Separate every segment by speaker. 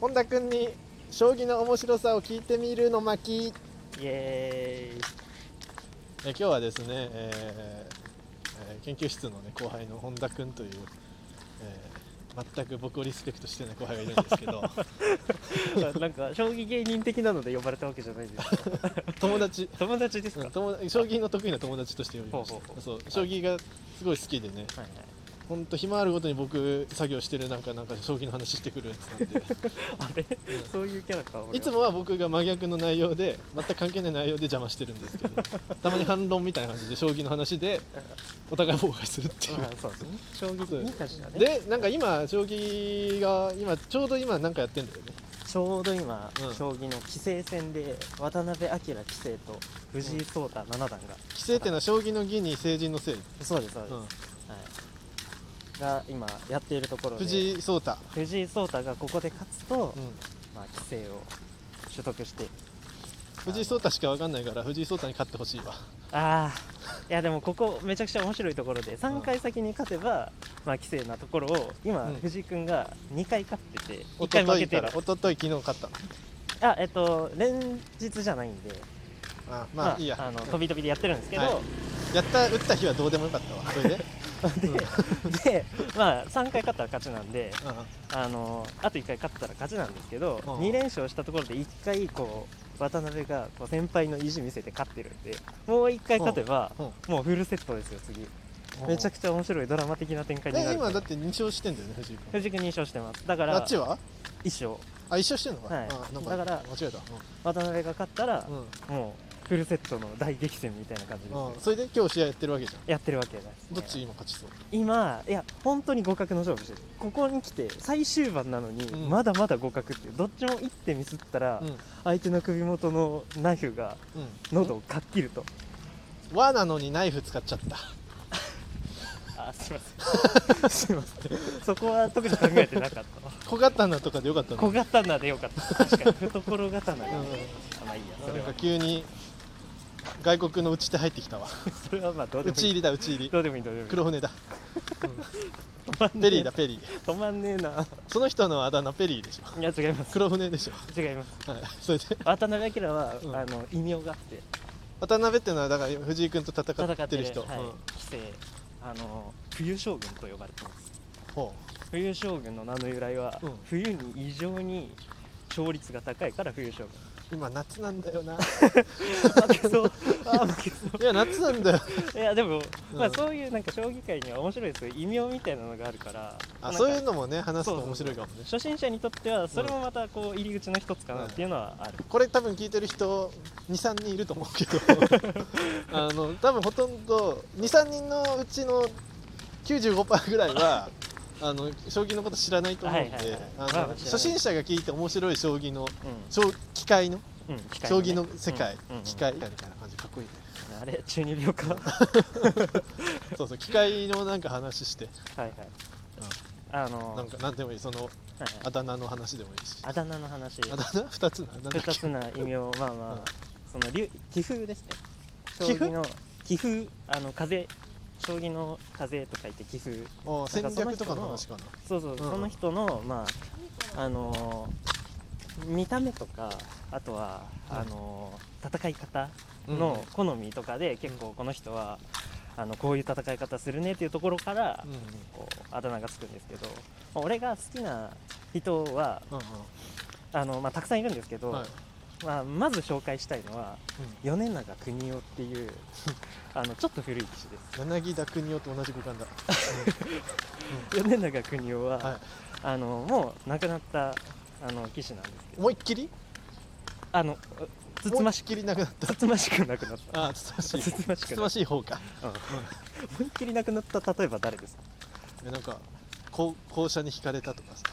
Speaker 1: 本田君に将棋の面白さを聞いてみるの巻
Speaker 2: イエーイ
Speaker 1: え今日はですね、えーえー研究室の、ね、後輩の本田君という、えー全く僕をリスペクトしてない後輩がいるんですけ ど
Speaker 2: なんか将棋芸人的なので呼ばれたわけじゃないですか
Speaker 1: 友達
Speaker 2: 友達ですか、
Speaker 1: うん友達将棋の得意な友達として呼びまし
Speaker 2: ほうほうほ
Speaker 1: た
Speaker 2: う
Speaker 1: そう
Speaker 2: い
Speaker 1: 将棋がすごい好きでね
Speaker 2: はいはい
Speaker 1: ほんと暇あるごとに僕作業してるなんかなんか将棋の話してくるやつなんで
Speaker 2: あれ、そういうキャラか俺はい
Speaker 1: つもは僕が真逆の内容で全く関係ない内容で邪魔してるんです けどたまに反論みたいな感じで将棋の話でお互い妨害するっていう
Speaker 2: あそうですね将棋いい感じだね
Speaker 1: でなんか今将棋が今ちょうど今なんかやってんだよね
Speaker 2: ちょうど今、
Speaker 1: うん
Speaker 2: 将棋の棋聖戦で渡辺明棋聖と藤井聡太七段が、
Speaker 1: 棋聖ってのは将棋の義に成人のせい、
Speaker 2: そうですそうです、
Speaker 1: う
Speaker 2: は
Speaker 1: ん、
Speaker 2: い、が今やっているところで
Speaker 1: 藤井聡太、
Speaker 2: 藤井聡太がここで勝つと、
Speaker 1: うん、
Speaker 2: まあ、棋聖を取得して
Speaker 1: 藤井聡太しかわかんないから藤井聡太に勝ってほしいわ
Speaker 2: ああいやでもここめちゃくちゃ面白いところで
Speaker 1: う
Speaker 2: 3
Speaker 1: ん
Speaker 2: 回先に勝てば、まあ、棋聖なところを今、
Speaker 1: うん
Speaker 2: 藤井君が2回勝ってて1
Speaker 1: 一
Speaker 2: 回負
Speaker 1: 昨
Speaker 2: け
Speaker 1: 日
Speaker 2: て
Speaker 1: か
Speaker 2: る
Speaker 1: ら一昨日昨日勝ったの
Speaker 2: あえっと連日じゃないんで
Speaker 1: あまあいいや
Speaker 2: あの飛び飛びでやってるんですけど、
Speaker 1: はやった打った日はどうでもよかったわそれ で
Speaker 2: でで、まあ、3回勝ったら勝ちなんで、
Speaker 1: うん
Speaker 2: あのあと1回勝ったら勝ちなんですけど、
Speaker 1: うん
Speaker 2: 2連勝したところで1回こう渡辺がこう先輩の意地見せて勝ってるんでもう1回勝てば、
Speaker 1: うん
Speaker 2: もうフルセットですよ次めちゃくちゃ面白いドラマ的な展開にな
Speaker 1: え
Speaker 2: る
Speaker 1: 今だって2勝してんだよね藤井君
Speaker 2: 藤井君2勝してますだから
Speaker 1: あっちは
Speaker 2: 1勝
Speaker 1: あ一勝してんのか、
Speaker 2: はい
Speaker 1: あなん
Speaker 2: だから
Speaker 1: 間違えた
Speaker 2: 渡辺が勝ったら
Speaker 1: う、ん、うん
Speaker 2: もうフルセットの大激戦みたいな感じですよ、
Speaker 1: うんそれで今日試合やってるわけじゃん
Speaker 2: やってるわけです、ね、
Speaker 1: どっち今勝ちそう
Speaker 2: 今いや本当に互角の勝負してるここに来て最終盤なのに、
Speaker 1: うん
Speaker 2: まだまだ互角っていうどっちも一手ミスったら、
Speaker 1: うん
Speaker 2: 相手の首元のナイフが
Speaker 1: うん
Speaker 2: 喉をかっきると、
Speaker 1: 和なのにナイフ使っちゃった
Speaker 2: あすいません すいませんそこは特に考えて なかった
Speaker 1: 小刀とかでよかったの
Speaker 2: 小刀でよかった確かに懐刀で、
Speaker 1: うん
Speaker 2: あまあいいやそ
Speaker 1: な
Speaker 2: れ
Speaker 1: んか
Speaker 2: は
Speaker 1: 急に外国の打ち手入ってきたわ
Speaker 2: それはまあどうで
Speaker 1: 打
Speaker 2: も
Speaker 1: ち
Speaker 2: い
Speaker 1: 入
Speaker 2: い
Speaker 1: りだ打ち入り
Speaker 2: どうでもいいどうでもいい
Speaker 1: 黒船だ
Speaker 2: 止まんねえ
Speaker 1: ペリーだペリー
Speaker 2: 止まんねえな
Speaker 1: その人のあだ名ペリーでしょ
Speaker 2: いや違います
Speaker 1: 黒船でしょ、
Speaker 2: 違います
Speaker 1: はい、 それで
Speaker 2: 渡辺明は、
Speaker 1: うん
Speaker 2: あの異名があって
Speaker 1: 渡辺ってのはだから藤井君と戦
Speaker 2: 戦
Speaker 1: っ
Speaker 2: ってて
Speaker 1: る
Speaker 2: る
Speaker 1: 人
Speaker 2: 人、はい
Speaker 1: うん
Speaker 2: 棋聖あの冬将軍と呼ばれてます
Speaker 1: ほ
Speaker 2: 冬将軍の名の由来は、
Speaker 1: うん
Speaker 2: 冬に異常に勝率が高いから冬将軍
Speaker 1: う今夏なんだよな
Speaker 2: 負けそうあ負けそ
Speaker 1: いや夏なんだよ
Speaker 2: ういやでも、
Speaker 1: うん
Speaker 2: まあ、そういうなんか将棋界には面白いですよ異名みたいなのがあるから
Speaker 1: あそういう
Speaker 2: の
Speaker 1: のもね話すと面白いかもね
Speaker 2: 初心者にとってはそれもまたこう入り口の一つかなっていうのはある、
Speaker 1: これ多分聞いてる人23人いると思うけ どあの多分ほとんど23人のうちの95%ぐらいはあの将棋のこと知らないと思うんで
Speaker 2: はいはいはい
Speaker 1: あの
Speaker 2: まあ知らない
Speaker 1: 初心者が聞いて面白い将棋の
Speaker 2: うん
Speaker 1: 将棋界の
Speaker 2: うん機械
Speaker 1: 将
Speaker 2: ね
Speaker 1: 棋の世界
Speaker 2: うんうんうん
Speaker 1: 機械みたいな感じかっこいいね
Speaker 2: あれ中二病か
Speaker 1: そうそう機械のなんか話して
Speaker 2: はいはい、あの
Speaker 1: なんか何でもいいその
Speaker 2: はい
Speaker 1: あだ名の話でもいいし
Speaker 2: あだ名の話
Speaker 1: あだ名2つのあだ名
Speaker 2: 二つな異名まあまあ、
Speaker 1: うん
Speaker 2: その竜棋風ですね
Speaker 1: 棋風
Speaker 2: 将棋の棋風あの風将棋の風と書いて棋風
Speaker 1: おう戦
Speaker 2: なんかその
Speaker 1: 略
Speaker 2: 人
Speaker 1: と
Speaker 2: の
Speaker 1: かの話かな
Speaker 2: そうそう、
Speaker 1: ん
Speaker 2: その人のまああのー見た目とかあとは、
Speaker 1: うん
Speaker 2: あのー戦い方
Speaker 1: うん
Speaker 2: の好みとかで結構この人は、あのこういう戦い方するねっていうところから、
Speaker 1: うんうん
Speaker 2: こうあだ名がつくんですけどまあ俺が好きな人は
Speaker 1: うん
Speaker 2: あの、まあ、たくさんいるんですけ
Speaker 1: う
Speaker 2: ど、
Speaker 1: んはい
Speaker 2: まあ、まず紹介したいのは
Speaker 1: うん
Speaker 2: 米長邦夫っ ていうあのちょっと古い棋士です
Speaker 1: 柳田国夫と同じ五感だ。
Speaker 2: 米長邦夫は、
Speaker 1: は
Speaker 2: あのもう亡くなったあの棋士なんですけ
Speaker 1: い。
Speaker 2: ど
Speaker 1: 思いっきり。
Speaker 2: あのつつまし
Speaker 1: 思いっきりなくなった。
Speaker 2: つつましく亡くなった
Speaker 1: ああ、つつましい。
Speaker 2: つつまし
Speaker 1: つ
Speaker 2: く
Speaker 1: つ
Speaker 2: な
Speaker 1: ま
Speaker 2: っ
Speaker 1: しい方か。
Speaker 2: た、うん思いっきり亡くなった例えば誰ですか
Speaker 1: え、なんか。こう、校舎に引かれたとかさ。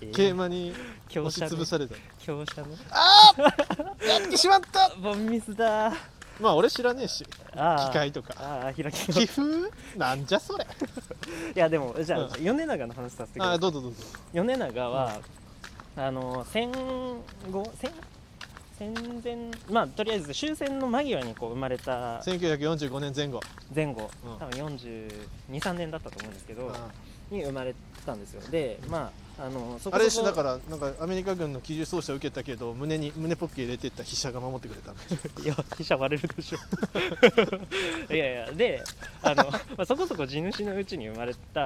Speaker 2: えー
Speaker 1: 桂馬に。押
Speaker 2: 強
Speaker 1: し
Speaker 2: 者
Speaker 1: つぶ
Speaker 2: ね
Speaker 1: された。
Speaker 2: 強者ね
Speaker 1: ああ。やってしまった。
Speaker 2: ボンミスだー
Speaker 1: まあ、俺知らねえし。
Speaker 2: あー
Speaker 1: 機械と か。
Speaker 2: ああ開き直
Speaker 1: 棋
Speaker 2: っ
Speaker 1: 風。なんじゃ それ。
Speaker 2: いやでもじゃあ、
Speaker 1: うん
Speaker 2: 米長の話させてくだ
Speaker 1: あ
Speaker 2: さ
Speaker 1: あ、
Speaker 2: い
Speaker 1: どうぞどうぞ。
Speaker 2: 米長は、あの戦後戦戦前まあとりあえず終戦の間際にこう生まれた
Speaker 1: 1945年前後。
Speaker 2: 前後、
Speaker 1: うん
Speaker 2: 多分423年だったと思うんですけど
Speaker 1: あ
Speaker 2: に生まれたんですよでまああのそこそこ
Speaker 1: あれしだからなんかアメリカ軍の機銃掃射を受けたけど胸に胸ポッケ入れてった筆者が守ってくれたんでしょ
Speaker 2: いや記者割れるでしょ いやいやであの、まあ、そこそこ地主のうちに生まれた、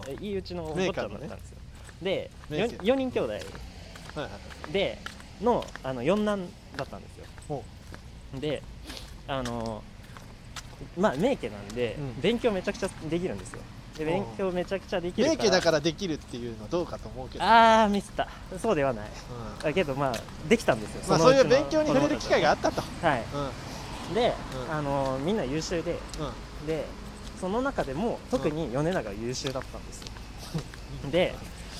Speaker 1: あ
Speaker 2: あ、いいうちのお
Speaker 1: 名
Speaker 2: 坊
Speaker 1: 家
Speaker 2: ちゃん
Speaker 1: の
Speaker 2: だっ
Speaker 1: ね
Speaker 2: たんですよ、で
Speaker 1: 名家
Speaker 2: 4, 四人兄弟
Speaker 1: はいはい
Speaker 2: でのあの四男だったんですよ
Speaker 1: ほ
Speaker 2: であのまあ名家なんで、
Speaker 1: うん
Speaker 2: 勉強めちゃくちゃできるんですよで
Speaker 1: うん
Speaker 2: 勉強めちゃくちゃでき
Speaker 1: う
Speaker 2: る
Speaker 1: 名家だからできるっていうのどうかと思うけど、うん
Speaker 2: ああミスったそうではない
Speaker 1: ま
Speaker 2: だけどまあできたんですよ
Speaker 1: あ、
Speaker 2: の
Speaker 1: そう
Speaker 2: ち
Speaker 1: いう
Speaker 2: の
Speaker 1: 勉強に触れる機会があったと、
Speaker 2: はい
Speaker 1: うんうん
Speaker 2: で、
Speaker 1: うん
Speaker 2: あのみんな優秀ででその中でも特に米長が優秀だったんです よ、で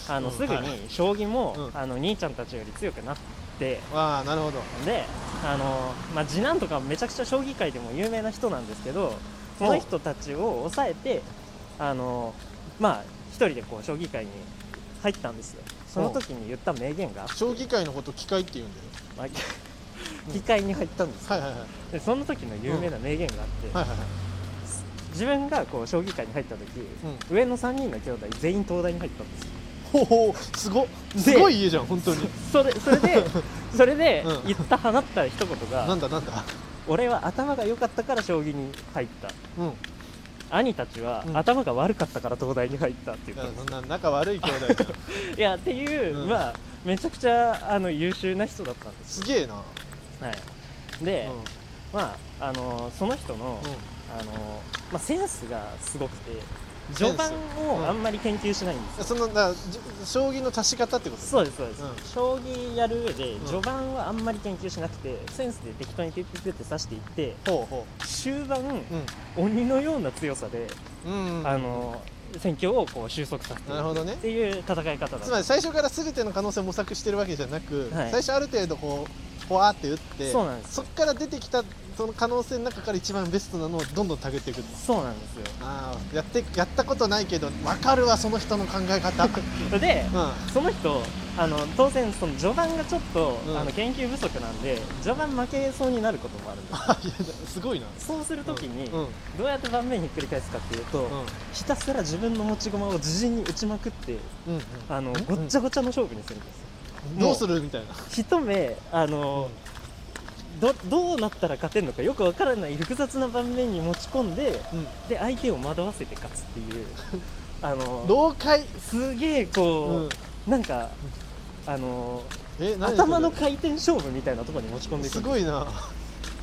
Speaker 2: あの、
Speaker 1: うん
Speaker 2: すぐ
Speaker 1: は
Speaker 2: に将棋も、
Speaker 1: うん
Speaker 2: あの兄ちゃんたちより強くなって
Speaker 1: ああなるほど
Speaker 2: であの、まあ、次男とかめちゃくちゃ将棋界でも有名な人なんですけどその人たちを抑えてあのまあ一人でこう将棋界に入ったんですよその時に言った名言が
Speaker 1: 将棋界のこと機械って言うんだよ
Speaker 2: まあ 議会に入ったんですよ
Speaker 1: はいはいはい
Speaker 2: でその時の有名な名言があって、
Speaker 1: はいはいはい
Speaker 2: 自分がこう将棋界に入った時、
Speaker 1: う
Speaker 2: 上の3人の兄弟全員東大に入ったんですよ
Speaker 1: ほうほうすごっすごい家じゃん本当に
Speaker 2: そ れそれでそれで
Speaker 1: うん
Speaker 2: 言った放った一言
Speaker 1: な
Speaker 2: が
Speaker 1: んだなんだ
Speaker 2: 「俺は頭が良かったから将棋に入った」
Speaker 1: うん
Speaker 2: 兄たちは
Speaker 1: うん
Speaker 2: 頭が悪かったから東大に入ったっていう
Speaker 1: いや
Speaker 2: こと、
Speaker 1: そんな仲悪い兄弟じゃん
Speaker 2: いやっていう、
Speaker 1: うん
Speaker 2: まあめちゃくちゃあの優秀な人だったんです
Speaker 1: すげえな、
Speaker 2: はいで、
Speaker 1: うん
Speaker 2: まああのその人の、
Speaker 1: うん
Speaker 2: あのまあ、センスがすごくて序盤
Speaker 1: うん
Speaker 2: をあんまり研究しないんですよ、
Speaker 1: そのだからじ将棋の足し方ってこと
Speaker 2: そうですそうです、
Speaker 1: うん
Speaker 2: 将棋やる上で
Speaker 1: ん
Speaker 2: 序盤はあんまり研究しなくて、センスで適当にピュッピュッピュッって指していって
Speaker 1: ほうほ
Speaker 2: 終盤、
Speaker 1: ううん
Speaker 2: 鬼のような強さで、
Speaker 1: うんうん
Speaker 2: あの戦況をこう収束させていく
Speaker 1: なるほどね
Speaker 2: っていう戦い方だ
Speaker 1: つまり最初から全ての可能性を模索してるわけじゃなく、
Speaker 2: はい
Speaker 1: 最初ある程度こうフォワーって打って
Speaker 2: そうなんです
Speaker 1: そっから出てきたその可能性の中から一番ベストなのをどんどん手繰っていく
Speaker 2: そうなんですよ
Speaker 1: ああやってやったことないけど分かるわその人の考え 方う
Speaker 2: で
Speaker 1: ん
Speaker 2: その人あの当然その序盤がちょっと、
Speaker 1: うん
Speaker 2: あの研究不足なんで序盤負けそうになることもある んで
Speaker 1: あいやすごいな
Speaker 2: すそうするときに、
Speaker 1: うんうん
Speaker 2: どうやって盤面ひっくり返すかっていうと、ひたすら自分の持ち駒を自陣に打ちまくって
Speaker 1: うん
Speaker 2: あの
Speaker 1: うん
Speaker 2: ごっちゃごちゃの勝負にするんですよ
Speaker 1: うんどうするみたいな
Speaker 2: 一目あの、どどうなったら勝てるのかよくわからない複雑な盤面に持ち込んで
Speaker 1: うん
Speaker 2: で相手を惑わせて勝つっていう あの
Speaker 1: 老解
Speaker 2: すげえ
Speaker 1: う
Speaker 2: こ
Speaker 1: ん
Speaker 2: う、なんかあの
Speaker 1: え何それ
Speaker 2: 頭の回転勝負みたいなところに持ち込んでいく
Speaker 1: すごいな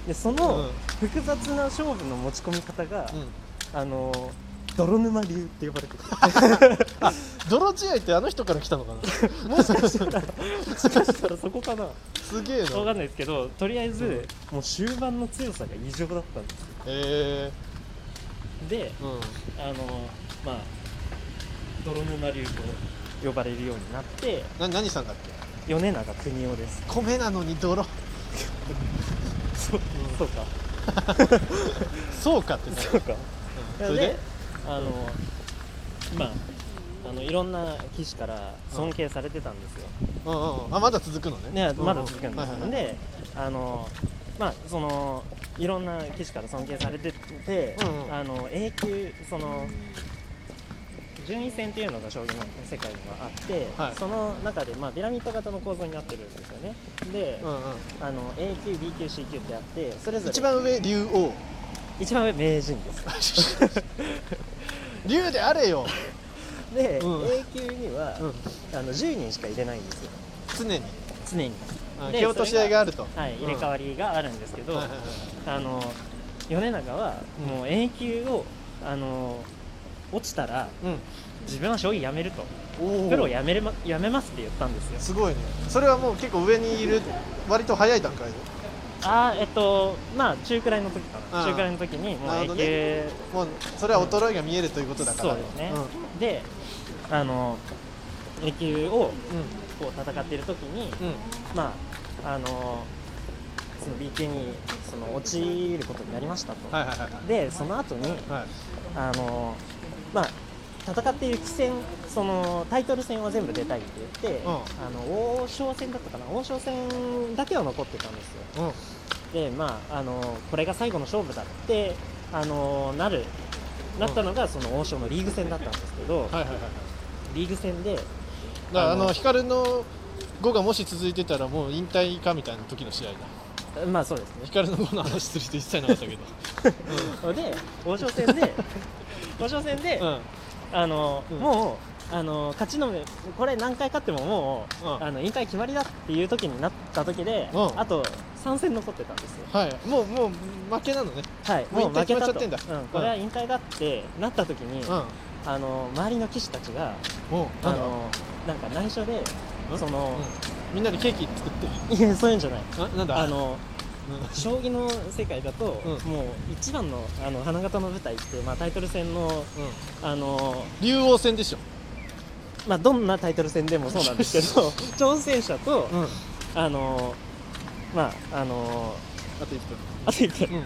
Speaker 2: でそ
Speaker 1: うん
Speaker 2: の複雑な勝負の持ち込み方が、
Speaker 1: うん
Speaker 2: あの泥沼流って呼ばれてる
Speaker 1: 泥試合ってあの人から来たのかな
Speaker 2: もしかしたらもしかしたらそこかな
Speaker 1: すげえ
Speaker 2: わか
Speaker 1: なん
Speaker 2: ないですけどとりあえず、
Speaker 1: うん
Speaker 2: もう終盤の強さが異常だったんですよ
Speaker 1: え
Speaker 2: で
Speaker 1: ー、うん
Speaker 2: あのまあ泥沼流と呼ばれるようになって
Speaker 1: な何さんだっ
Speaker 2: 米長邦夫です
Speaker 1: け米なのに泥
Speaker 2: そう,、そうか
Speaker 1: そうかってなる
Speaker 2: そうか
Speaker 1: うんそれで
Speaker 2: あの、まああのいろんな棋士から尊敬されてたんですよ、
Speaker 1: うんうんうんあまだ続くのね
Speaker 2: ね
Speaker 1: う、んうん
Speaker 2: まだ続くんで
Speaker 1: は
Speaker 2: す
Speaker 1: い
Speaker 2: よ、
Speaker 1: はいはい
Speaker 2: であのまあそのいろんな棋士から尊敬されてて、
Speaker 1: うんうん
Speaker 2: あの A 級その順位戦っていうのが将棋の世界にはあって、
Speaker 1: はい
Speaker 2: その中で、まあ、ピラミッド型の構造になってるんですよねで、
Speaker 1: うんうん
Speaker 2: あの A 級 B 級 C 級ってあってそれぞれ
Speaker 1: 一番上竜王
Speaker 2: 一番上名人です
Speaker 1: 竜であれよ、
Speaker 2: で、
Speaker 1: うん
Speaker 2: A 級には、
Speaker 1: うん、
Speaker 2: あの10人しか入れないんですよ
Speaker 1: 常に
Speaker 2: 常に
Speaker 1: うん
Speaker 2: で
Speaker 1: 蹴落とし合いがあると
Speaker 2: それがはい入れ替わりがあるんですけど、
Speaker 1: はいはいはい
Speaker 2: あの米長は
Speaker 1: うん
Speaker 2: もう A 級をあの落ちたら自分は将棋やめると
Speaker 1: うんお
Speaker 2: プロ
Speaker 1: ー
Speaker 2: やめれまやめますって言ったんですよ
Speaker 1: すごいねそれはもう結構上にいる割と早い段階で
Speaker 2: ああえっとまあ中くらいの時か
Speaker 1: あ
Speaker 2: な
Speaker 1: あ
Speaker 2: 中くらいの時にもう
Speaker 1: な
Speaker 2: A
Speaker 1: る
Speaker 2: 級
Speaker 1: ほど、ねもうそれは衰えが見えるということだから
Speaker 2: そうですね、であの A 級をこう戦ってる時に、
Speaker 1: うんうん
Speaker 2: まああのその B 級にその落ちることになりましたと、
Speaker 1: はいはいはい
Speaker 2: でその後に
Speaker 1: はい
Speaker 2: あのまあ戦っている棋戦そのタイトル戦は全部出たいって言って、
Speaker 1: うん
Speaker 2: あの王将戦だったかな王将戦だけは残ってたんですよ
Speaker 1: うん
Speaker 2: でまああのこれが最後の勝負だってあのなるなったのがその王将のリーグ戦だったんですけ
Speaker 1: は
Speaker 2: ど、
Speaker 1: いはいはいはい
Speaker 2: リーグ戦で
Speaker 1: だからあ
Speaker 2: あ
Speaker 1: の
Speaker 2: の
Speaker 1: 光の5がもし続いてたらもう引退かみたいな時の試合だ
Speaker 2: まあそうですね
Speaker 1: 光の5の話する人一切なかったけど
Speaker 2: で王将戦 で王将戦で、
Speaker 1: うんうん
Speaker 2: あの、
Speaker 1: うん
Speaker 2: もうあの勝ちのめこれ何回勝ってももう、
Speaker 1: うん
Speaker 2: あの引退決まりだっていう時になった時で、
Speaker 1: うん
Speaker 2: あと3戦残ってたんですよ
Speaker 1: はいもうもう負けなのね
Speaker 2: はい
Speaker 1: もう引退決まっちゃってんだ
Speaker 2: うん、これは引退だってなった時に、
Speaker 1: うん
Speaker 2: あの周りの棋士たちが
Speaker 1: もう
Speaker 2: あ
Speaker 1: なんだ
Speaker 2: のなんか内緒で
Speaker 1: ん
Speaker 2: その、
Speaker 1: みんなでケーキ作って
Speaker 2: いやそういうんじゃない
Speaker 1: あなんだ
Speaker 2: あの
Speaker 1: うん
Speaker 2: 将棋の世界だと、
Speaker 1: うん
Speaker 2: もう一番のあの花形の舞台って、まあ、タイトル戦の
Speaker 1: うん
Speaker 2: あの、
Speaker 1: 竜王戦でしょ
Speaker 2: まあ、どんなタイトル戦でもそうなんですけ ど挑戦者と、
Speaker 1: うんあ
Speaker 2: あのまああの
Speaker 1: と1分
Speaker 2: あと一分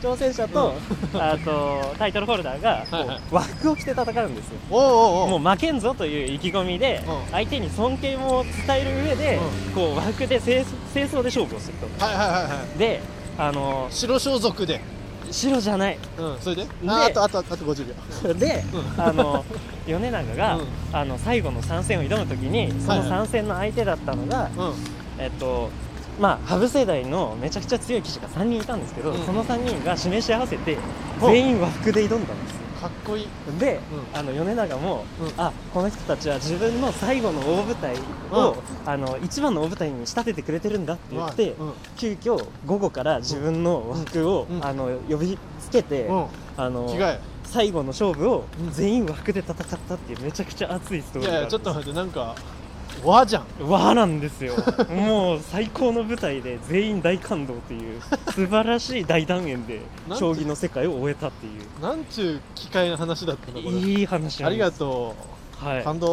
Speaker 2: 挑戦者と、あとタイトルホルダーが
Speaker 1: はいはい
Speaker 2: こう枠を着て戦うんですよ
Speaker 1: おうおうお
Speaker 2: もう
Speaker 1: う
Speaker 2: 負けんぞという意気込みで
Speaker 1: うん
Speaker 2: 相手に尊敬も伝える上で
Speaker 1: う
Speaker 2: こう枠で清清掃で勝負をすると
Speaker 1: はいはいはいはい
Speaker 2: であの
Speaker 1: 白装束で
Speaker 2: 白じゃない
Speaker 1: うんそれでああとあとあと50秒
Speaker 2: で
Speaker 1: う
Speaker 2: あの米長が
Speaker 1: うん
Speaker 2: あの最後の3戦を挑む時にそ
Speaker 1: はい
Speaker 2: の
Speaker 1: はい
Speaker 2: 3戦の相手だったのが
Speaker 1: うん
Speaker 2: えっとまあ、羽生世代のめちゃくちゃ強い棋士が3人いたんですけど、
Speaker 1: うん
Speaker 2: その3人が示し合わせて
Speaker 1: ほう
Speaker 2: 全員和服で挑んだんですよ
Speaker 1: かっこいい
Speaker 2: で、
Speaker 1: う
Speaker 2: あの米長も、
Speaker 1: うん
Speaker 2: あこの人たちは自分の最後の大舞台を、あの一番の大舞台に仕立ててくれてるんだって言っ
Speaker 1: う
Speaker 2: て、
Speaker 1: ん
Speaker 2: 急遽午後から自分の和服を、
Speaker 1: うん
Speaker 2: あの呼びつけて、
Speaker 1: うん
Speaker 2: あの
Speaker 1: 着替
Speaker 2: 最後の勝負を
Speaker 1: うん
Speaker 2: 全員和服で戦ったっていうめちゃくちゃ熱いスト
Speaker 1: えい
Speaker 2: ーリーが
Speaker 1: やい
Speaker 2: ある
Speaker 1: やちょ
Speaker 2: んです
Speaker 1: っと待ってなんか和じゃん
Speaker 2: わなんですよもう最高の舞台で全員大感動という素晴らしい大団円で
Speaker 1: なんて
Speaker 2: 将棋の世界を終えたっていう
Speaker 1: なんちゅう機械な話だったのこれ
Speaker 2: いい話
Speaker 1: ありが
Speaker 2: と
Speaker 1: と
Speaker 2: う、は
Speaker 1: う
Speaker 2: い、
Speaker 1: 感動